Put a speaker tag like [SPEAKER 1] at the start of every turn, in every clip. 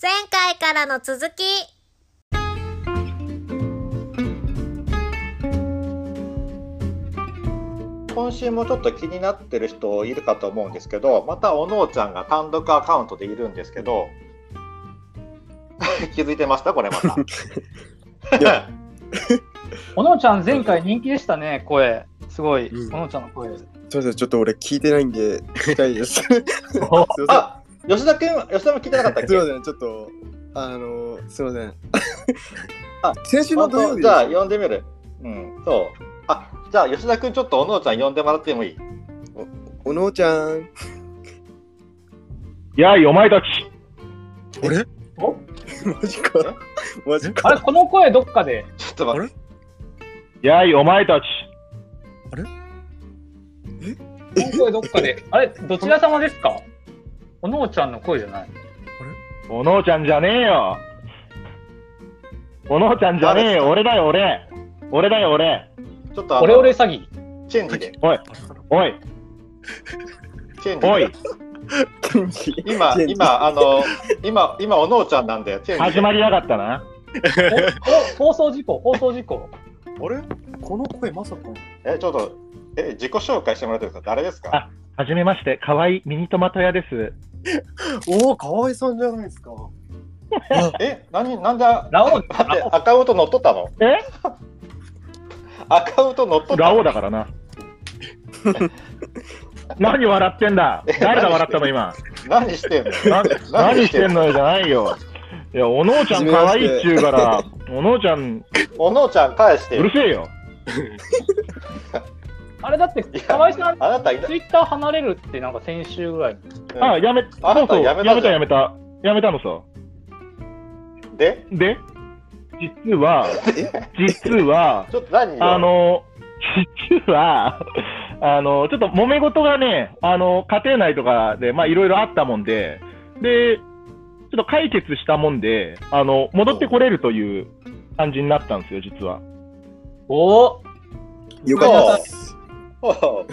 [SPEAKER 1] 前回からの続き
[SPEAKER 2] 今週もちょっと気になってる人いるかと思うんですけどまたおのおちゃんが単独アカウントでいるんですけど 気づいてましたこれまた
[SPEAKER 3] いや
[SPEAKER 4] おのちゃん前回人気でしたね、声。すごい、
[SPEAKER 3] うん
[SPEAKER 4] おのちゃんの声。
[SPEAKER 3] すみません、ちょっと俺聞いてないんで、聞きたい です。すみま
[SPEAKER 2] あ吉田君吉田も聞いてなかった
[SPEAKER 3] せ
[SPEAKER 2] っ
[SPEAKER 3] ん、すみ
[SPEAKER 2] け
[SPEAKER 3] ません、ちょっと、あの、すみませ ん。
[SPEAKER 2] あ
[SPEAKER 3] 先週の
[SPEAKER 2] 本
[SPEAKER 3] 土曜
[SPEAKER 2] 当
[SPEAKER 3] 日
[SPEAKER 2] じゃあ
[SPEAKER 3] で
[SPEAKER 2] 呼んでみるうんそうあじゃあ吉田君ちょっとおのおちゃん呼んでもらってもいい
[SPEAKER 3] す、おのおちゃん。
[SPEAKER 5] やい、お前たち。
[SPEAKER 3] あれ
[SPEAKER 4] お
[SPEAKER 3] マジか。マジ
[SPEAKER 4] あ
[SPEAKER 3] か。
[SPEAKER 4] れ、この声どっかで。
[SPEAKER 2] ちょっと待って
[SPEAKER 5] やい、お前たち。
[SPEAKER 4] この声どっかで。あれ、どちら様ですかおのちゃんの声じゃない。
[SPEAKER 5] おのおちゃんじゃねえよ。おのおちゃんじゃねえよ。俺だよ、俺。俺だよ、俺。
[SPEAKER 2] ちょっとあの
[SPEAKER 4] オレオレ詐 欺。
[SPEAKER 2] チェンジで
[SPEAKER 5] おい、
[SPEAKER 2] チェンジで
[SPEAKER 5] おい、
[SPEAKER 3] 元気
[SPEAKER 2] 今
[SPEAKER 3] チェンジ
[SPEAKER 2] 今あの今今おのおちゃんなんだよチェンジで
[SPEAKER 5] 始まりやがったな。
[SPEAKER 4] お放送事故、放送事故。
[SPEAKER 3] あれこの声まさか。
[SPEAKER 2] えちょっとえ自己紹介してもらっていいですか誰ですか
[SPEAKER 5] あはじめまして、かわいいミニトマト屋です。
[SPEAKER 3] おお、河合さんじゃないですか。
[SPEAKER 2] え何なんで待
[SPEAKER 4] ラオウ、
[SPEAKER 2] ってアカウント乗っとったの
[SPEAKER 5] え
[SPEAKER 2] アカウント乗っとった
[SPEAKER 5] ラオウ
[SPEAKER 2] の
[SPEAKER 5] だか らな。何笑ってんだ誰だ笑った の今
[SPEAKER 2] 何してんの
[SPEAKER 5] な何してんのよじゃないよいやおのおちゃんかわいいっちゅうからおのおちゃん
[SPEAKER 2] おのちゃん返し
[SPEAKER 5] う
[SPEAKER 2] てよ
[SPEAKER 5] るせえよ
[SPEAKER 4] あれだって、河合さん、
[SPEAKER 2] あなたいな
[SPEAKER 4] ツイッター離れるって、なんか先週ぐらいに。
[SPEAKER 5] あやめ
[SPEAKER 2] あ
[SPEAKER 5] そ
[SPEAKER 2] な
[SPEAKER 5] う
[SPEAKER 2] た
[SPEAKER 5] そう
[SPEAKER 2] や
[SPEAKER 5] や
[SPEAKER 2] め
[SPEAKER 5] め
[SPEAKER 2] た
[SPEAKER 5] た
[SPEAKER 2] じゃん
[SPEAKER 5] やめたやめたのさ
[SPEAKER 2] で
[SPEAKER 5] で、実は、実は、
[SPEAKER 2] ちょっと何よ
[SPEAKER 5] あの、実は、あの、ちょっと揉め事がね、あの、家庭内とかで、まあ、いろいろあったもんで、で、ちょっと解決したもんで、あの、戻ってこれるという感じになったんですよ、実は。
[SPEAKER 4] おお
[SPEAKER 3] よかったです。
[SPEAKER 2] おう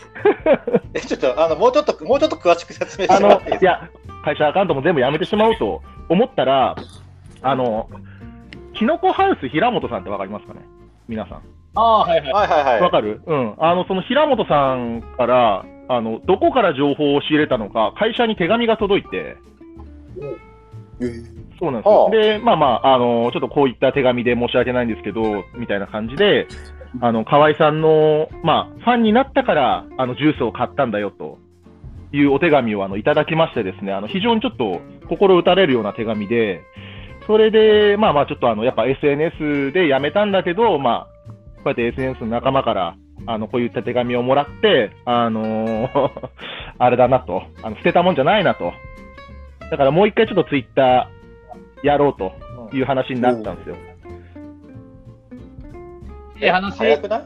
[SPEAKER 2] えちょっとあのもうちょっともうちょっと詳しく説明し
[SPEAKER 5] あ
[SPEAKER 2] てもらっ
[SPEAKER 5] の
[SPEAKER 2] ていい、
[SPEAKER 5] いや、会社アカウントも全部やめてしまおうと思ったら、あの、キノコハウス平本さんってわかりますかね皆さん。
[SPEAKER 4] ああー、はいは
[SPEAKER 2] は
[SPEAKER 4] い。
[SPEAKER 2] いはい
[SPEAKER 5] わ
[SPEAKER 2] は
[SPEAKER 5] かる、うん、あのその平本さんからあの、どこから情報を仕入れたのか、会社に手紙が届いて、
[SPEAKER 3] えー
[SPEAKER 5] そうなんですよ
[SPEAKER 2] はあ
[SPEAKER 5] で、まあまああの、ちょっとこういった手紙で申し訳ないんですけど、みたいな感じで、あの河合さんの、まあ、ファンになったからあのジュースを買ったんだよというお手紙をあのいただきまして、ですねあの非常にちょっと心打たれるような手紙で、それで、まあまあ、ちょっとあのやっぱ SNS でやめたんだけど、まあ、こうやって SNS の仲間から、あの、こういった手紙をもらって、あのー あれだなと、あの捨てたもんじゃないなと。だからもう一回ちょっとツイッターやろうという話になったんですよ。
[SPEAKER 4] ええ話。
[SPEAKER 2] 早くない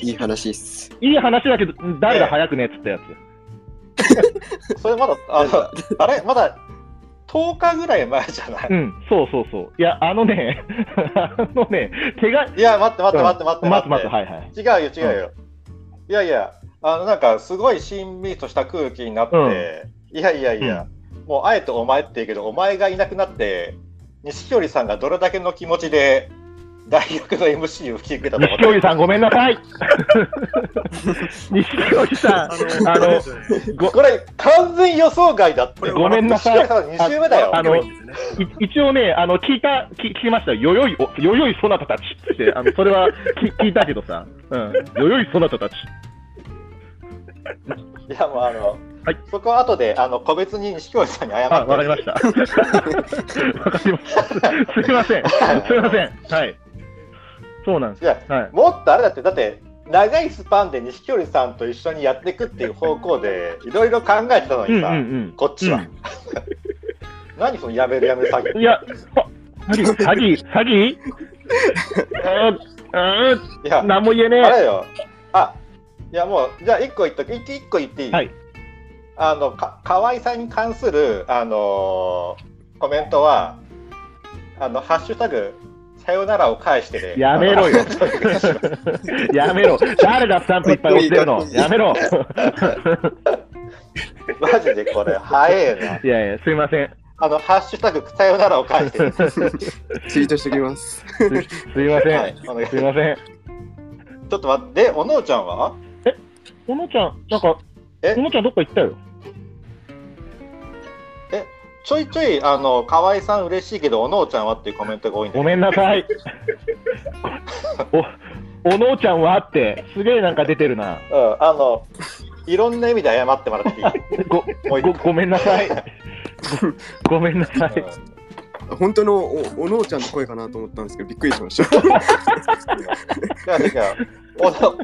[SPEAKER 3] いい話っす。
[SPEAKER 5] いい話だけど、誰
[SPEAKER 2] え
[SPEAKER 5] だ
[SPEAKER 2] え
[SPEAKER 5] 早くねっつったやつ。
[SPEAKER 2] それまだあの あれまだ10日ぐらい前じゃない、
[SPEAKER 5] うん、そうそうそう。いや、あのね、 あのね、手が、
[SPEAKER 2] いや待って待って待って待って
[SPEAKER 5] 待って待っ
[SPEAKER 2] 待
[SPEAKER 5] て、はいはい。
[SPEAKER 2] って、違うよ違うよ、いやいやあのなんかすごいしんみりとした空気になって、いやいやいや、もうあえてお前って言うけどお前がいなくなって錦織さんがどれだけの気持ちで大学の MC を引き受けたと思って
[SPEAKER 5] 錦織さん、ごめんなさ い。錦織さん、あの、ご
[SPEAKER 2] これ完全予想外だって
[SPEAKER 5] ごめんなさい
[SPEAKER 2] 錦織さん2週目だよ
[SPEAKER 5] あの、い一応ね、あの、聞いた、聞聞きましたよ。よよい、およよいそなたたちって、あの、それは聞聞いたけどさ、うん、よよいそなたたち。
[SPEAKER 2] いやもうあの、
[SPEAKER 5] はい
[SPEAKER 2] そこは後であの個別に錦織さんに謝って
[SPEAKER 5] あ、わかりました。わかりました。すいません。すいません。はい。そうなんです。
[SPEAKER 2] いや
[SPEAKER 5] はい。
[SPEAKER 2] もっとあれだってだって長いスパンで錦織さんと一緒にやっていくっていう方向でいろいろ考えてたの
[SPEAKER 5] うんう
[SPEAKER 2] に
[SPEAKER 5] ん
[SPEAKER 2] さ、
[SPEAKER 5] うん。
[SPEAKER 2] こっちは、
[SPEAKER 5] うん
[SPEAKER 2] 何そのやめるやめる詐欺
[SPEAKER 5] いや、あ詐欺、詐欺、詐欺うーん、う
[SPEAKER 2] いや
[SPEAKER 5] ーん、何も言えね
[SPEAKER 2] あ
[SPEAKER 5] え。
[SPEAKER 2] れよあいやもうじゃあ1個言っとく 1, 個言っていい、
[SPEAKER 5] はい
[SPEAKER 2] あのか河合さんに関するあのーコメントはあのハッシュタグさよならを返してで
[SPEAKER 5] やめろよ
[SPEAKER 2] あのお願いします
[SPEAKER 5] やめろ。誰だ、スタンプいっぱい押してる
[SPEAKER 3] かっ
[SPEAKER 5] の
[SPEAKER 3] こ。いいか
[SPEAKER 5] や
[SPEAKER 3] っ
[SPEAKER 5] めろ。
[SPEAKER 2] マジでこれ早えな。
[SPEAKER 5] いやいや、すいません。
[SPEAKER 2] あの、ハッシュタグ、さよならを返 して、
[SPEAKER 3] ツイートしておきます。
[SPEAKER 5] すいません、
[SPEAKER 2] はい、お願い
[SPEAKER 5] すいません。
[SPEAKER 2] ちょっと待って、でおのおちゃんは
[SPEAKER 5] 小野ちゃん、なんか、
[SPEAKER 2] え
[SPEAKER 5] 小野ちゃんどっか行ったよ。
[SPEAKER 2] ちょいちょい、あの、河合さん嬉しいけど、おのおちゃんはっていうコメントが多いんだ
[SPEAKER 5] ご
[SPEAKER 2] けど、
[SPEAKER 5] めんな さい。お、小野ちゃんはあって、すげえなんか出てる
[SPEAKER 2] う
[SPEAKER 5] な。
[SPEAKER 2] ん、あの、いろんな意味で謝ってもらっていい
[SPEAKER 5] ご、
[SPEAKER 2] もう一
[SPEAKER 5] ご、
[SPEAKER 2] 個
[SPEAKER 5] ごめんなさい。ごごめんなさい。
[SPEAKER 3] 本当のおおのおちゃんの声かなと思ったんですけど、びっくりしました。
[SPEAKER 2] じゃあ、じゃあ、おの、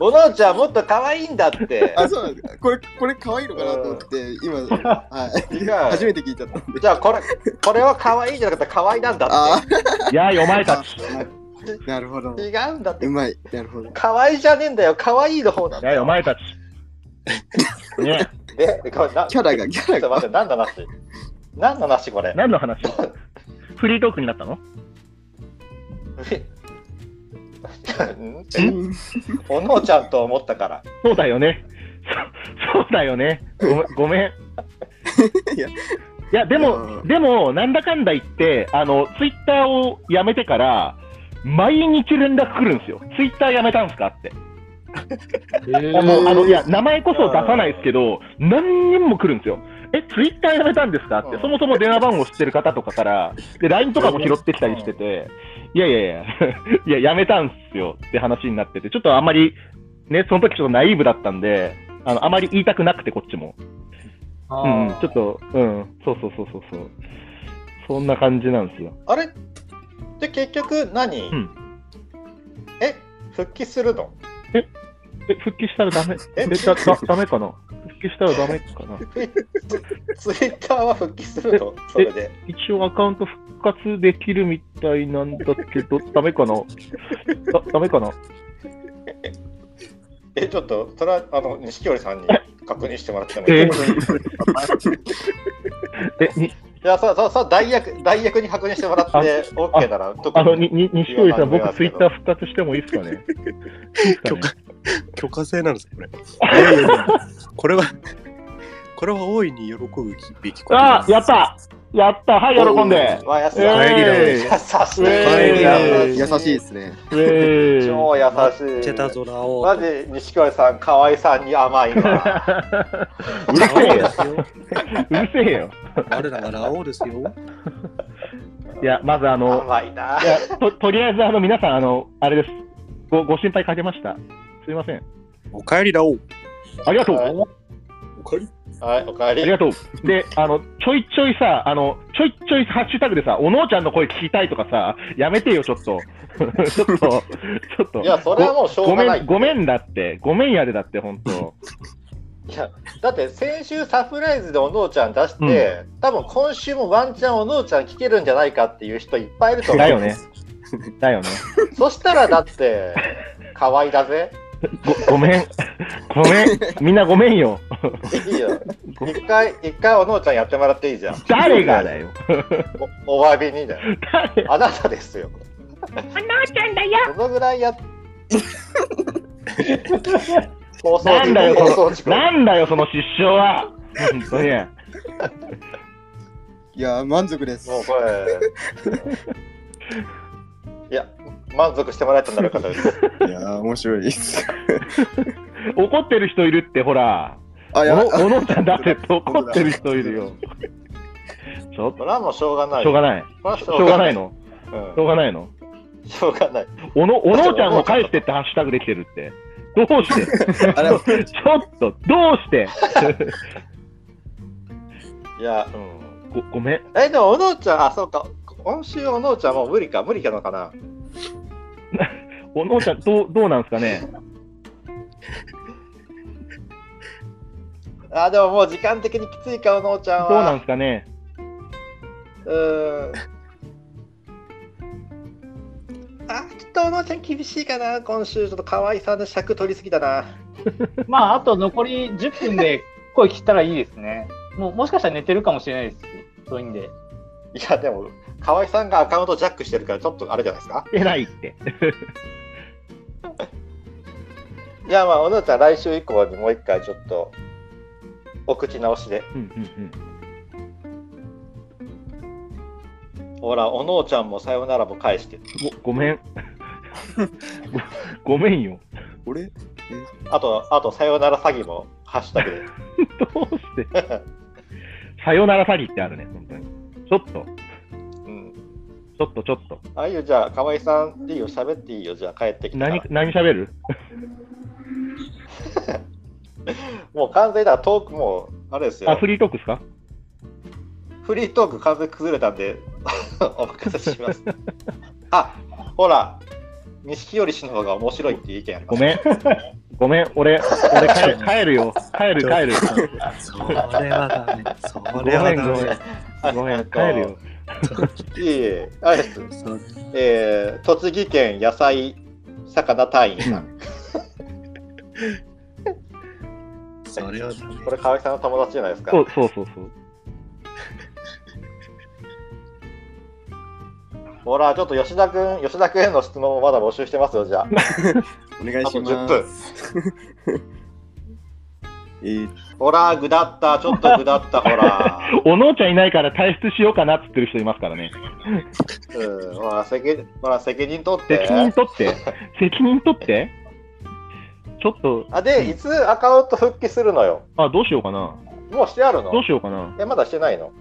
[SPEAKER 2] おのおちゃんもっと可愛いんだって。
[SPEAKER 3] あ、そうなんですか。これ、これ可愛いのかなと思って、 今、はい。
[SPEAKER 2] じゃあ
[SPEAKER 3] 初めて聞いちゃったんで。
[SPEAKER 2] じゃあ、これ、これは可愛いじゃなくて、可愛いなんだ
[SPEAKER 3] あ
[SPEAKER 5] やい、お前たち。
[SPEAKER 3] あ、なるほど
[SPEAKER 2] っ。て。違うんだって
[SPEAKER 3] う。まい。なるほど。
[SPEAKER 2] 可愛いじゃねえんだよ。可愛いの方なん
[SPEAKER 5] や
[SPEAKER 2] だ
[SPEAKER 5] い、お
[SPEAKER 2] よ。
[SPEAKER 5] 前たち。ね
[SPEAKER 2] で、これな、
[SPEAKER 3] キャラが、キ
[SPEAKER 2] ちょ
[SPEAKER 3] ャ
[SPEAKER 2] っ
[SPEAKER 3] ラ
[SPEAKER 2] と
[SPEAKER 3] が。
[SPEAKER 2] 待って、何の話何の話これ
[SPEAKER 5] え、。何の話フリートークになったの
[SPEAKER 2] うん おのおちゃんと思ったから。
[SPEAKER 5] そうだよね。 そそうだよね。ごめ んごめん。
[SPEAKER 3] いや
[SPEAKER 5] いや、で
[SPEAKER 3] いや
[SPEAKER 5] も、でも、なんだかんだ言って、あの、ツイッターをやめてから、毎日連絡来るんですよ。ツイッターやめたんすかって。あの、あのいや、名前こそ出さないですけど、何人も来るんですよ。え、ツイッターやめたんですかって
[SPEAKER 2] う、ん
[SPEAKER 5] そもそも電話番号知ってる方とかから、で、LINE とかも拾ってきたりしてて、いやいやいや、 いや、やめたんすよって話になってて、ちょっとあんまり、ね、その時ちょっとナイーブだったんで、あの、あまり言いたくなくて、こっちも。うん、ちょっと、うん、そうそうそうそうそう。そんな感じなんですよ。
[SPEAKER 2] あれで、結局何、え、復帰するの
[SPEAKER 5] え、復帰したらダメ、
[SPEAKER 2] え
[SPEAKER 5] え、だ、だ、ダメかな復帰したらダメかな
[SPEAKER 2] ツイッターは復帰するのそれで。
[SPEAKER 5] 一応アカウント復活できるみたいなんだ けど、ダメかなだダメかな
[SPEAKER 2] え、ちょっと、それは、あの、錦織さんに確認してもらってもい
[SPEAKER 5] え
[SPEAKER 2] い
[SPEAKER 5] え、に、
[SPEAKER 2] いや、そうそうそう、代役、代役に確認してもらって、OK なら、特
[SPEAKER 5] あの、
[SPEAKER 2] に。
[SPEAKER 5] に、に、西織さん、
[SPEAKER 2] いや
[SPEAKER 5] 僕、ツイッタ
[SPEAKER 2] あ
[SPEAKER 5] ー復活してもいいですかねいいっすかね
[SPEAKER 6] 許可制なんですかこれ。いやいやいやこれは、これは大いに喜ぶべきこと
[SPEAKER 5] あ
[SPEAKER 6] です
[SPEAKER 5] ー、やったやったはい、喜んで
[SPEAKER 2] わ、安い。
[SPEAKER 5] えー
[SPEAKER 2] 優しい。
[SPEAKER 5] え
[SPEAKER 3] 優しい
[SPEAKER 2] 優
[SPEAKER 3] で
[SPEAKER 2] し
[SPEAKER 3] すね。
[SPEAKER 5] ウ ェ
[SPEAKER 2] い。
[SPEAKER 5] ーイ
[SPEAKER 2] 超優
[SPEAKER 6] 待
[SPEAKER 2] し
[SPEAKER 6] っ
[SPEAKER 2] て
[SPEAKER 6] た
[SPEAKER 2] い。
[SPEAKER 6] ぞ、ラオウ
[SPEAKER 2] マジ、錦織さん、河合さんに甘い わ。
[SPEAKER 5] うるせえようるせえよ
[SPEAKER 6] 我らがラオウですよ。
[SPEAKER 5] いや、まずあの、。
[SPEAKER 2] 甘いない
[SPEAKER 5] やととりあえずあの皆さん、あのあれですご、ご心配かけました。すいません。
[SPEAKER 6] おかえりラオウ。
[SPEAKER 5] ありがとう、
[SPEAKER 2] はいはい、おかえ
[SPEAKER 5] あり
[SPEAKER 2] り。
[SPEAKER 5] がとう。で、あのちょいちょいさ、あのちょいちょいハッシュタグでさ、おのおちゃんの声聞きたいとかさ、やめてよ、ちょっと。 ちょっと、ちょっと。
[SPEAKER 2] いや、それはもうしょ
[SPEAKER 5] ご
[SPEAKER 2] うがな
[SPEAKER 5] め
[SPEAKER 2] い。
[SPEAKER 5] ん、ごめんだって、ごめんやでだって、本当。
[SPEAKER 2] いやだって先週サプライズでおのおちゃん出して、多分今週もワンチャンおのおちゃん聞けるんじゃないかっていう人いっぱいいると思う
[SPEAKER 5] だよね。だよね。
[SPEAKER 2] そしたらだ って可愛いだぜ
[SPEAKER 5] ご、ごめん。ごめん。みんなごめんよ。
[SPEAKER 2] いいよ一回一回おのおちゃんやってもらっていいじゃん
[SPEAKER 5] 誰がだよ。
[SPEAKER 2] おお詫びにだよ
[SPEAKER 5] 誰
[SPEAKER 2] あなたですよおのおちゃんだよそのぐらい やっ放送
[SPEAKER 5] なんだよ
[SPEAKER 2] 放送事故
[SPEAKER 5] なんだよ、その失笑は。本当に。
[SPEAKER 3] いや、満足です。
[SPEAKER 2] もうこれいや満足してもらえたならよかったです
[SPEAKER 3] いや、面白いです。
[SPEAKER 5] 怒ってる人いるって、ほら。
[SPEAKER 3] あ、やばい
[SPEAKER 5] おのおのちゃんだって怒ってる人いるよ。ちょっと、
[SPEAKER 2] それはもうしょうがない
[SPEAKER 5] しょうがない。
[SPEAKER 2] これはし
[SPEAKER 5] しょうがない
[SPEAKER 2] の
[SPEAKER 5] の。しょうがないの。
[SPEAKER 2] しょうがない。
[SPEAKER 5] おの、おのおちゃんを返してってハッシュタグできてるって。どうして
[SPEAKER 3] あれ、
[SPEAKER 5] ちょっと、どうして
[SPEAKER 2] いや、
[SPEAKER 5] ごごめん。
[SPEAKER 2] え、でも、おのおちゃん、あ、そうか。今週、おのおちゃんもう無理か、無理かのかな。
[SPEAKER 5] おのおちゃん、どう、どうなんすかね。
[SPEAKER 2] あ、でももう時間的にきついか、おのおちゃんは。
[SPEAKER 5] どうなんすかね。
[SPEAKER 2] うーん。あ、ちょっとおのおちゃん厳しいかな、今週。ちょっと可愛さで尺取りすぎだな。
[SPEAKER 4] まあ、あと残り10分で声聞いたらいいですね。もうもしかしたら寝てるかもしれないです。そういうんで。
[SPEAKER 2] いや、でも、河合さんがアカウントジャックしてるから、ちょっとあれじゃないですか。
[SPEAKER 5] えらいって。
[SPEAKER 2] いや、まあ、おのおちゃん、来週以降にもう一回、ちょっと、お口直しで。
[SPEAKER 5] うんうんうん。
[SPEAKER 2] ほら、おのおちゃんもさよならも返して。
[SPEAKER 5] ごごめん。ごごめんよ。
[SPEAKER 3] 俺
[SPEAKER 2] あと、あと、さよなら詐欺も、ハッシュタグで。
[SPEAKER 5] どうして。さよなら詐欺ってあるね、本当に。ちょっと、
[SPEAKER 2] うん。
[SPEAKER 5] ちょっと、ちょっと。
[SPEAKER 2] あゆ、じゃあ、河合さん、いいよ、喋っていいよ、じゃあ、帰ってきたら
[SPEAKER 5] 何、何喋る
[SPEAKER 2] もう完全なトークも、あれです
[SPEAKER 5] あ、
[SPEAKER 2] よ。
[SPEAKER 5] フリートークですか
[SPEAKER 2] フリートーク完全に崩れたんで、 お任せします。 あ、ほら、錦織氏の方が面白いっていう意見あります。
[SPEAKER 5] ごめん。 ごめん、俺、俺 帰、帰るよ。帰る、帰る。
[SPEAKER 6] それはダメ。そ
[SPEAKER 5] ご
[SPEAKER 6] れ
[SPEAKER 5] め
[SPEAKER 6] は
[SPEAKER 5] ん、
[SPEAKER 6] ダ
[SPEAKER 5] ご
[SPEAKER 6] メ
[SPEAKER 5] め。ん。ごめん、帰るよ。
[SPEAKER 2] いえいえ、あれです。
[SPEAKER 6] そう
[SPEAKER 2] えー、栃木県野菜魚隊員さん。
[SPEAKER 6] それはダメ。
[SPEAKER 2] これ、河合さんの友達じゃないですか。
[SPEAKER 5] そうそうそうそう。
[SPEAKER 2] ほら、ちょっと吉田君、吉田君への質問をまだ募集してますよ、じゃあ。
[SPEAKER 3] お願い
[SPEAKER 2] あ
[SPEAKER 3] し
[SPEAKER 2] と
[SPEAKER 3] ま
[SPEAKER 2] 10
[SPEAKER 3] す
[SPEAKER 2] 分。。
[SPEAKER 3] えー
[SPEAKER 2] ほら、ぐだった、ちょっとぐだった、ほ ら。
[SPEAKER 5] おのおちゃんいないから退出しようかなって言ってる人いますからね。
[SPEAKER 2] うん、ほら、責ほら責任取って
[SPEAKER 5] 責。任取って、責任取って。ちょっと、
[SPEAKER 2] あで、いつアカウント復帰するのよ。
[SPEAKER 5] あ、どうしようかな。
[SPEAKER 2] もうしてあるの
[SPEAKER 5] どうしようかな。
[SPEAKER 2] え、まだしてないの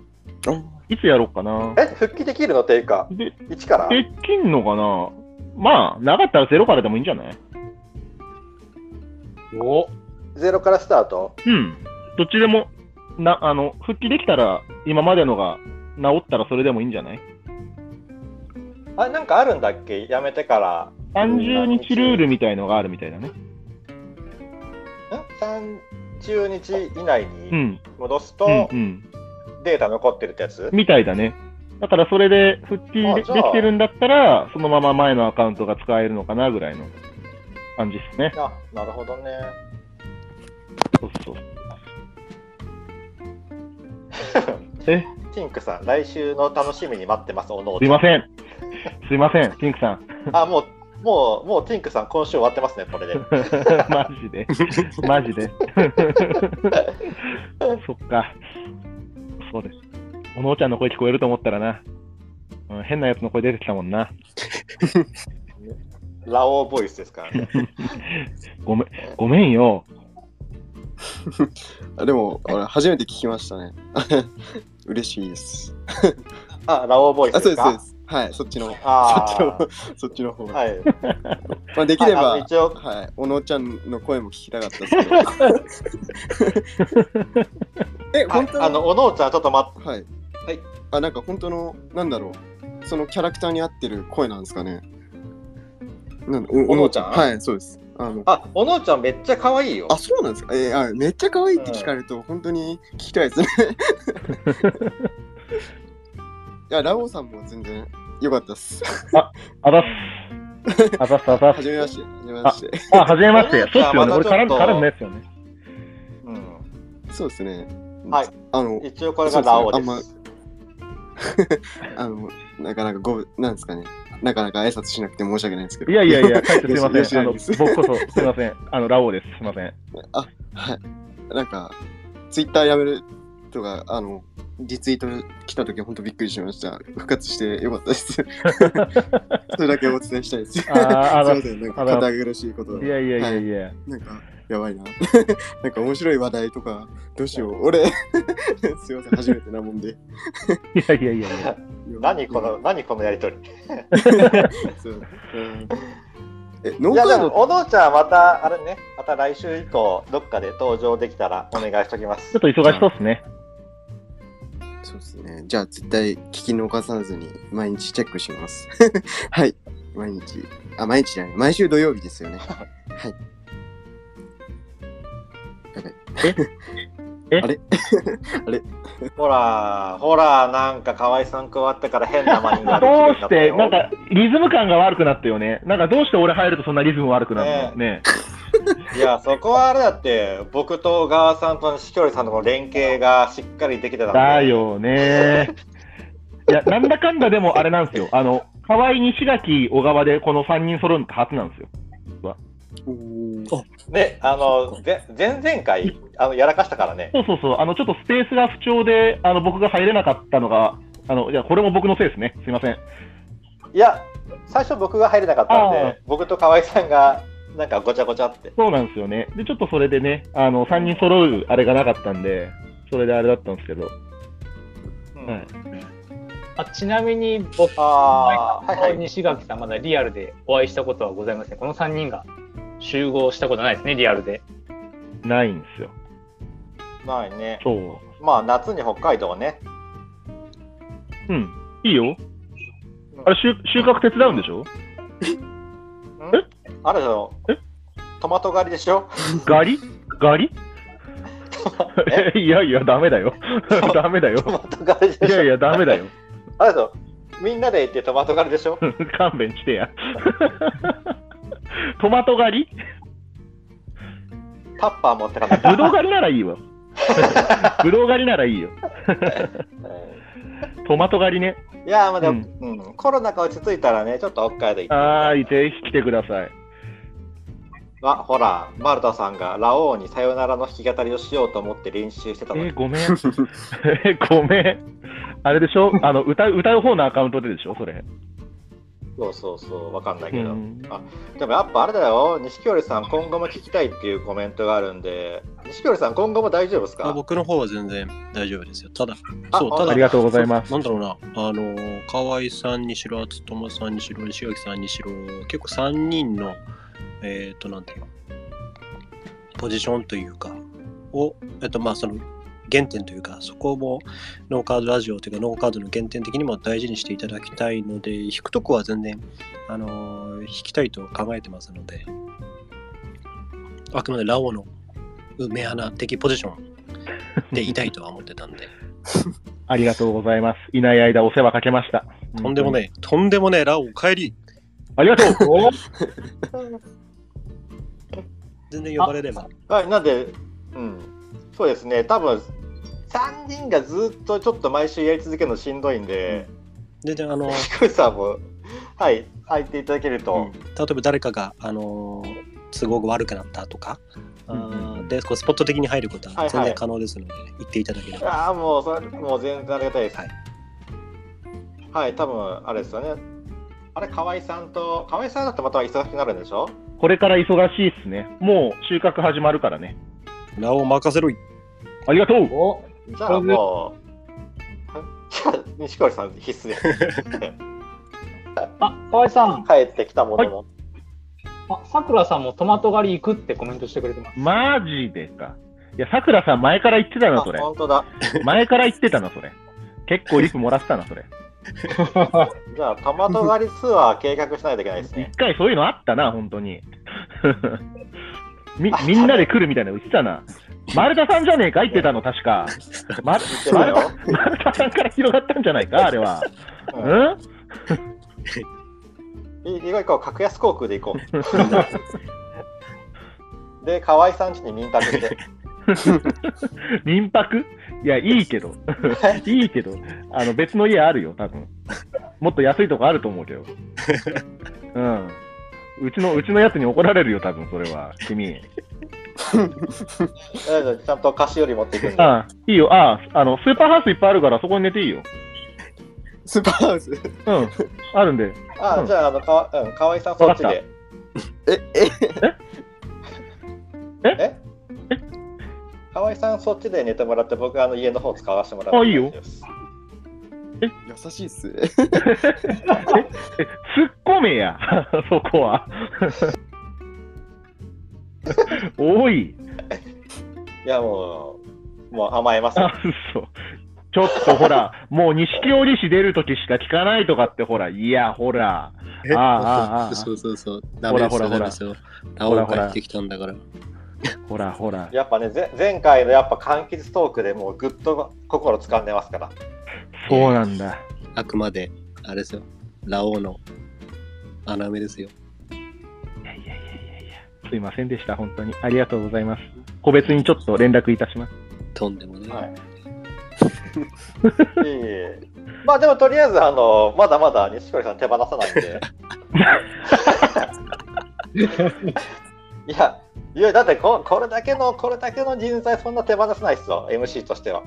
[SPEAKER 5] いつやろうかな。
[SPEAKER 2] え、復帰できるのっていうか、
[SPEAKER 5] で、
[SPEAKER 2] 一から
[SPEAKER 5] できんのかなまあ、なかったらゼロからでもいいんじゃない
[SPEAKER 4] お
[SPEAKER 2] ゼロからスタート
[SPEAKER 5] うん。どっちでも、な、あの、復帰できたら、今までのが治ったらそれでもいいんじゃない
[SPEAKER 2] あ、なんかあるんだっけやめてから。
[SPEAKER 5] ?30 日ルールみたいのがあるみたいだね。
[SPEAKER 2] ん ?30 日以内
[SPEAKER 5] う
[SPEAKER 2] に
[SPEAKER 5] ん。
[SPEAKER 2] 戻す
[SPEAKER 5] うん
[SPEAKER 2] と、
[SPEAKER 5] うん。
[SPEAKER 2] データ残ってるってやつ
[SPEAKER 5] みたいだね。だからそれで復帰
[SPEAKER 2] あ
[SPEAKER 5] で
[SPEAKER 2] じゃあ
[SPEAKER 5] できてるんだったら、そのまま前のアカウントが使えるのかなぐらいの感じですね。
[SPEAKER 2] あ、なるほどね。
[SPEAKER 5] そう そう。え、
[SPEAKER 2] ピンクさん、来週の楽しみに待ってます、おのお
[SPEAKER 5] すいません。すいません、ピンクさん。
[SPEAKER 2] あ、もう、もう、もう、ティンクさん、今週終わってますね、こ れで。
[SPEAKER 5] マジ で。マジ で。そっか。そうです。おのおちゃんの声聞こえると思ったらな。うん、変なやつの声出てきたもんな。
[SPEAKER 2] ラオウボイスですからね。
[SPEAKER 5] ごめん、ごめんよ。
[SPEAKER 3] あでも、俺、初めて聞きましたね。 嬉しいです。
[SPEAKER 2] あ、ラオウボイス
[SPEAKER 3] あ、
[SPEAKER 2] で
[SPEAKER 3] そうですす、そうで
[SPEAKER 2] か
[SPEAKER 3] す。はい、そっちの、
[SPEAKER 2] あ
[SPEAKER 3] そっち
[SPEAKER 2] ー
[SPEAKER 3] そっちの方。ま
[SPEAKER 2] はい。
[SPEAKER 3] あ、できれ
[SPEAKER 2] ああの
[SPEAKER 3] ば、
[SPEAKER 2] 一応、
[SPEAKER 3] はい、おのちゃんの声も聞きたかったで すけど。え、
[SPEAKER 2] あ
[SPEAKER 3] 本当
[SPEAKER 2] あの、おのおちゃん、ちょっと待っ
[SPEAKER 3] は
[SPEAKER 2] は
[SPEAKER 3] い。
[SPEAKER 2] い。
[SPEAKER 3] あ、なんか本当の、なんだろう。そのキャラクターに合ってる声なんですかね。なんお
[SPEAKER 2] おのちゃん
[SPEAKER 3] はい、そうです。あの、
[SPEAKER 2] あ、おのおちゃん、めっちゃ可愛いよ。
[SPEAKER 3] あ、そうなんですか。えーあ、めっちゃ可愛いって聞かれると、本当に聞きたいで すね。いや、ラオウさんも全然良かっ たです。
[SPEAKER 5] あざっ す。あざっす、あざっ
[SPEAKER 3] は
[SPEAKER 5] す。
[SPEAKER 3] じめまして。はじめまして。
[SPEAKER 5] あ、はじめまして。そうっすよね。
[SPEAKER 2] またちょっと
[SPEAKER 5] 俺絡む絡むのやつよね。
[SPEAKER 2] うん。
[SPEAKER 3] そうですね。
[SPEAKER 2] はい。
[SPEAKER 3] あの、
[SPEAKER 2] 一応、これがラオウです。
[SPEAKER 3] そうです あの、なかなかご、なんですかね。なかなか挨拶しなくて申し訳ないんですけど。
[SPEAKER 5] いやいや いや、帰ってすいま
[SPEAKER 3] よし
[SPEAKER 5] せん。あの
[SPEAKER 3] よしよし
[SPEAKER 5] 僕こそすいません。あの、ラオウです。すいません。
[SPEAKER 3] はい。 なんか、ツイッターやめるとか、あの、リツイート来たとき、本当びっくりしました。復活してよかった です。それだけお伝えしたいです。 すい
[SPEAKER 5] あーあ
[SPEAKER 3] ま
[SPEAKER 5] ざっ
[SPEAKER 3] せん、なん
[SPEAKER 5] あ
[SPEAKER 3] か
[SPEAKER 5] ら
[SPEAKER 3] 堅苦しいこと
[SPEAKER 5] い。やいやいやいや。
[SPEAKER 3] なんか、やばいな。 なんか面白い話題とか、どうしよう。俺、 すいません、初めてなもんで。
[SPEAKER 5] いやいやいやいや。
[SPEAKER 2] 何こ の、何このやりとり。
[SPEAKER 3] そううんえ、ノ
[SPEAKER 2] い
[SPEAKER 3] ー
[SPEAKER 2] や、
[SPEAKER 3] カ
[SPEAKER 2] で
[SPEAKER 3] ード
[SPEAKER 2] も、おのおちゃん、また、あれね、また来週以降、どっかで登場できたら、お願いしときま
[SPEAKER 5] ちょ
[SPEAKER 2] す
[SPEAKER 5] っ。と忙しそうっすね。
[SPEAKER 3] そうですね。じゃあ、絶対聞き逃さずに、毎日チェックし ます。はい。毎日。あ、毎日じゃない。毎週土曜日ですよ ね。はい。やべ。
[SPEAKER 5] え
[SPEAKER 3] あれ
[SPEAKER 2] ほら、ほら、なんか河合さん加わってから変なマニュ
[SPEAKER 5] ど
[SPEAKER 2] が
[SPEAKER 5] う
[SPEAKER 2] できるようにな
[SPEAKER 5] し
[SPEAKER 2] った
[SPEAKER 5] て、
[SPEAKER 2] よ
[SPEAKER 5] なんか、リズム感が悪くなったよね。なんか、どうして俺入るとそんなリズム悪くなるのね
[SPEAKER 2] いや、そこはあれだって、僕と川さんと錦織さんとの連携がしっかりできてたんで
[SPEAKER 5] だ。よね。いや、なんだかんだでもあれなんですよ。あの、河合、西垣、小川でこの3人揃うのって初なんですよ。
[SPEAKER 2] ね、あの、ぜ前々回、あのやらかしたからね。
[SPEAKER 5] そうそうそう。あの、ちょっとスペースが不調で、あの、僕が入れなかったのが、あの、じゃあこれも僕のせいですね。すいません。
[SPEAKER 2] いや、最初僕が入れなかったん
[SPEAKER 5] あ
[SPEAKER 2] で、僕と河合さんがなんかごちゃごちゃって。
[SPEAKER 5] そうなんですよね。で、ちょっとそれでね、あの、3人揃うあれがなかったんで、それであれだったんですけど。
[SPEAKER 2] うん
[SPEAKER 5] はい
[SPEAKER 4] あちなみに僕
[SPEAKER 2] ああ、はいはい。
[SPEAKER 4] 西垣さんまだリアルでお会いしたことはございませんこの3人が集合したことないですねリアルで
[SPEAKER 5] ないんですよ。
[SPEAKER 2] ないね。
[SPEAKER 5] そ
[SPEAKER 2] まあ夏に北海道ね。
[SPEAKER 5] う。うん。いいよ。あれ、収収穫手伝うんでしょ
[SPEAKER 2] あれだろ
[SPEAKER 5] え。
[SPEAKER 2] トマト狩りでしょ
[SPEAKER 5] ガリガリ いやいや、ダメ だよ。ダメだ
[SPEAKER 2] ト
[SPEAKER 5] よ。
[SPEAKER 2] マト狩りで
[SPEAKER 5] い
[SPEAKER 2] しょ
[SPEAKER 5] やいや、ダメだよ。
[SPEAKER 2] あれだろ。みんなで行ってトマト狩りでしょ
[SPEAKER 5] 勘弁してや。 トマト狩り
[SPEAKER 2] タッパー持ってかなきゃ
[SPEAKER 5] ブドウ狩りならいいわ。ブドウ狩りならいいよ。トマト狩りね。
[SPEAKER 2] いやーまあでも、
[SPEAKER 5] う
[SPEAKER 2] うんコロナが落ち着いたらね、ちょっと北海道行ってみたいな。
[SPEAKER 5] はい、ぜひ来てください。
[SPEAKER 2] あ、ほら、マルタさんがラオウにさよならの弾き語りをしようと思って練習してたの
[SPEAKER 5] え
[SPEAKER 2] に
[SPEAKER 5] ー、。ごめん。 えー、ごめん。あれでしょあの歌う、歌う方のアカウントででしょそれ。
[SPEAKER 2] そうそうそう、わかんないうけど。
[SPEAKER 5] ん。
[SPEAKER 2] でもやっぱあれだよ、錦織さん、今後も聞きたいっていうコメントがあるんで、錦織さん、今後も大丈夫です
[SPEAKER 6] あ
[SPEAKER 2] か
[SPEAKER 6] 僕の方は全然大丈夫ですよ。ただ、
[SPEAKER 2] あ
[SPEAKER 6] そう、
[SPEAKER 2] あ
[SPEAKER 6] ただ、
[SPEAKER 5] ありがとうございます
[SPEAKER 6] なんだろうな、あの、河合さんにしろ、あつともさんにしろ、石垣さんにしろ、結構3人の、えっ、と、なんていうか、ポジションというか、を、えっと、まあ、その、原点というか、そこも、ノーカードラジオというか、ノーカードの原点的にも大事にしていただきたいので、弾くとこは全然、あの、弾きたいと考えてますので、あくまでラオの梅花的ポジションでいたいとは思ってたんで、
[SPEAKER 5] ありがとうございます。いない間お世話かけました。
[SPEAKER 6] とんでもねえ、とんでもねえ、ラオウ、帰り。
[SPEAKER 5] ありがとう。
[SPEAKER 6] 全然呼ばれれば。
[SPEAKER 2] はい、なんで、うん、そうですね、多分3人がずっとちょっと毎週やり続けるのしんどいんで、
[SPEAKER 6] 全然、あの、
[SPEAKER 2] 錦織さんも、はい、入っていただける
[SPEAKER 6] うん
[SPEAKER 2] と、
[SPEAKER 6] 例えば誰かが、あのー、都合が悪くなったとか、あ
[SPEAKER 5] うん
[SPEAKER 6] ーで、こうスポット的に入ること
[SPEAKER 2] はいは
[SPEAKER 6] はい全然可能ですので、行っていただければ。
[SPEAKER 2] ああ、もう、それもう全然ありがたいです。
[SPEAKER 6] はい
[SPEAKER 2] はい、多分あれですよね。あれ、河合さんと、河合さんだとまた忙しくなるんでしょ
[SPEAKER 5] これから忙しいっすね。もう収穫始まるからね。
[SPEAKER 6] ラオウ任せろい。
[SPEAKER 5] ありがとう。
[SPEAKER 4] お
[SPEAKER 2] じゃあもう、じゃあ、錦織さん必須で
[SPEAKER 4] あ河合さん
[SPEAKER 2] 帰ってきたものの、
[SPEAKER 4] あさくらさんもトマト狩り行くってコメントしてくれてます
[SPEAKER 5] マジでか。いや、さくらさん前から言ってたな、それ
[SPEAKER 2] あ。本当だ。
[SPEAKER 5] 前から言ってたな、それ。結構リプもらってたな、それ。
[SPEAKER 2] じゃあ、トマト狩りツアー計画しないといけないですね
[SPEAKER 5] 一。回そういうのあったな、本当に。 みみんなで来るみたいなの言ってたな。丸田さんじゃねえか言ってたの、確か。ま、
[SPEAKER 2] 言ってたよ。
[SPEAKER 5] 丸田さんから広がったんじゃないか、あれは。うん
[SPEAKER 2] いい行こう、格安航空で行こ う。で、河合さんちに民泊して。
[SPEAKER 5] 民泊いや、いいけど。いいけど。あの、別の家あるよ、多分。もっと安いとこあると思うけど。うん。うちの、うちのやつに怒られるよ、多分、それは。君。
[SPEAKER 2] 大丈夫ちゃんと菓子より持っていくんで。
[SPEAKER 5] ああ、いいよ。ああ、あの、スーパーハウスいっぱいあるから、そこに寝ていいよ。
[SPEAKER 3] スーパーハウス。
[SPEAKER 5] うん。あるんで。
[SPEAKER 2] あ
[SPEAKER 5] うん
[SPEAKER 2] じゃあ、あの、かわうん、河合さんそっち
[SPEAKER 5] わか
[SPEAKER 2] で。
[SPEAKER 3] え、え、
[SPEAKER 2] え河合さんそっちで寝てもらって、僕、あの、家の方使わせてもらう。
[SPEAKER 5] あいいよ
[SPEAKER 3] 優しいっすね。
[SPEAKER 5] え、突っ込めや、 そこは。多い。
[SPEAKER 2] いや、もう、もう甘えますよ。
[SPEAKER 5] あ、嘘。ちょっとほ ら、もう錦織市出るときしか聞かないとかってほら、いや、ほら。ああああ
[SPEAKER 6] そうそうそう。ダメです
[SPEAKER 5] ほら
[SPEAKER 6] よ、
[SPEAKER 5] ほらほ
[SPEAKER 6] ダメ
[SPEAKER 5] ら
[SPEAKER 6] ですよ。ラ
[SPEAKER 5] ほ
[SPEAKER 6] オ
[SPEAKER 5] ら
[SPEAKER 6] ウ
[SPEAKER 5] ほ
[SPEAKER 6] 帰
[SPEAKER 5] ら
[SPEAKER 6] ってきたんだから。
[SPEAKER 5] ほらほら。
[SPEAKER 2] やっぱね、ぜ前回のやっぱ完結トークでもうぐっと心掴んでますから。
[SPEAKER 5] そうなんだ。
[SPEAKER 6] あくまで、あれですよ。ラオウの穴埋めですよ。
[SPEAKER 5] いやいやいやいやいや。すいませんでした、本当に。ありがとうございます。個別にちょっと連絡いたします。
[SPEAKER 6] とんでもねえ。
[SPEAKER 2] はい いえいえまあでもとりあえずあのまだまだ錦織さん手放さないんで。 いやいやだってここれだけのこれだけの人材そんな手放せないっすよ MC としては。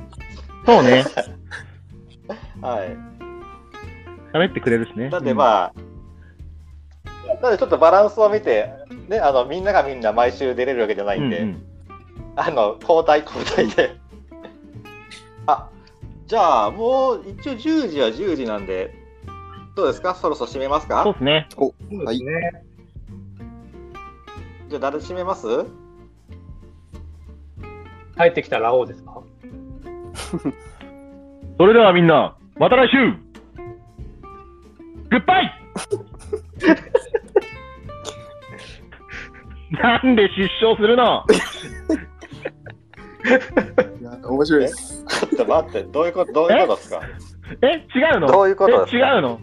[SPEAKER 5] そうね。
[SPEAKER 2] はい。
[SPEAKER 5] 喋ってくれるしね。
[SPEAKER 2] なんでまあ、なんでちょっとバランスを見て、ね、あのみんながみんな毎週出れるわけじゃな
[SPEAKER 5] あ
[SPEAKER 2] いんで、
[SPEAKER 5] うんうん
[SPEAKER 2] あの交代交代で。あじゃあもう一応10時は10時なんで、どうですか、そろそろ締めます
[SPEAKER 5] そう
[SPEAKER 2] か
[SPEAKER 5] ですね。
[SPEAKER 3] お、
[SPEAKER 4] そう
[SPEAKER 3] は
[SPEAKER 4] です
[SPEAKER 3] い。
[SPEAKER 4] ね。
[SPEAKER 2] じゃあ誰締めます
[SPEAKER 4] 帰ってきたラオウですか
[SPEAKER 5] それではみんな、また来週グッバイ なんで失笑するの
[SPEAKER 3] いや面白いです。
[SPEAKER 2] ちょっと待って、どういうこと、どういうことですか
[SPEAKER 5] え違うの
[SPEAKER 2] どういうことです
[SPEAKER 5] え違うの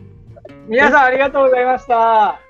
[SPEAKER 4] 皆さんありがとうございました。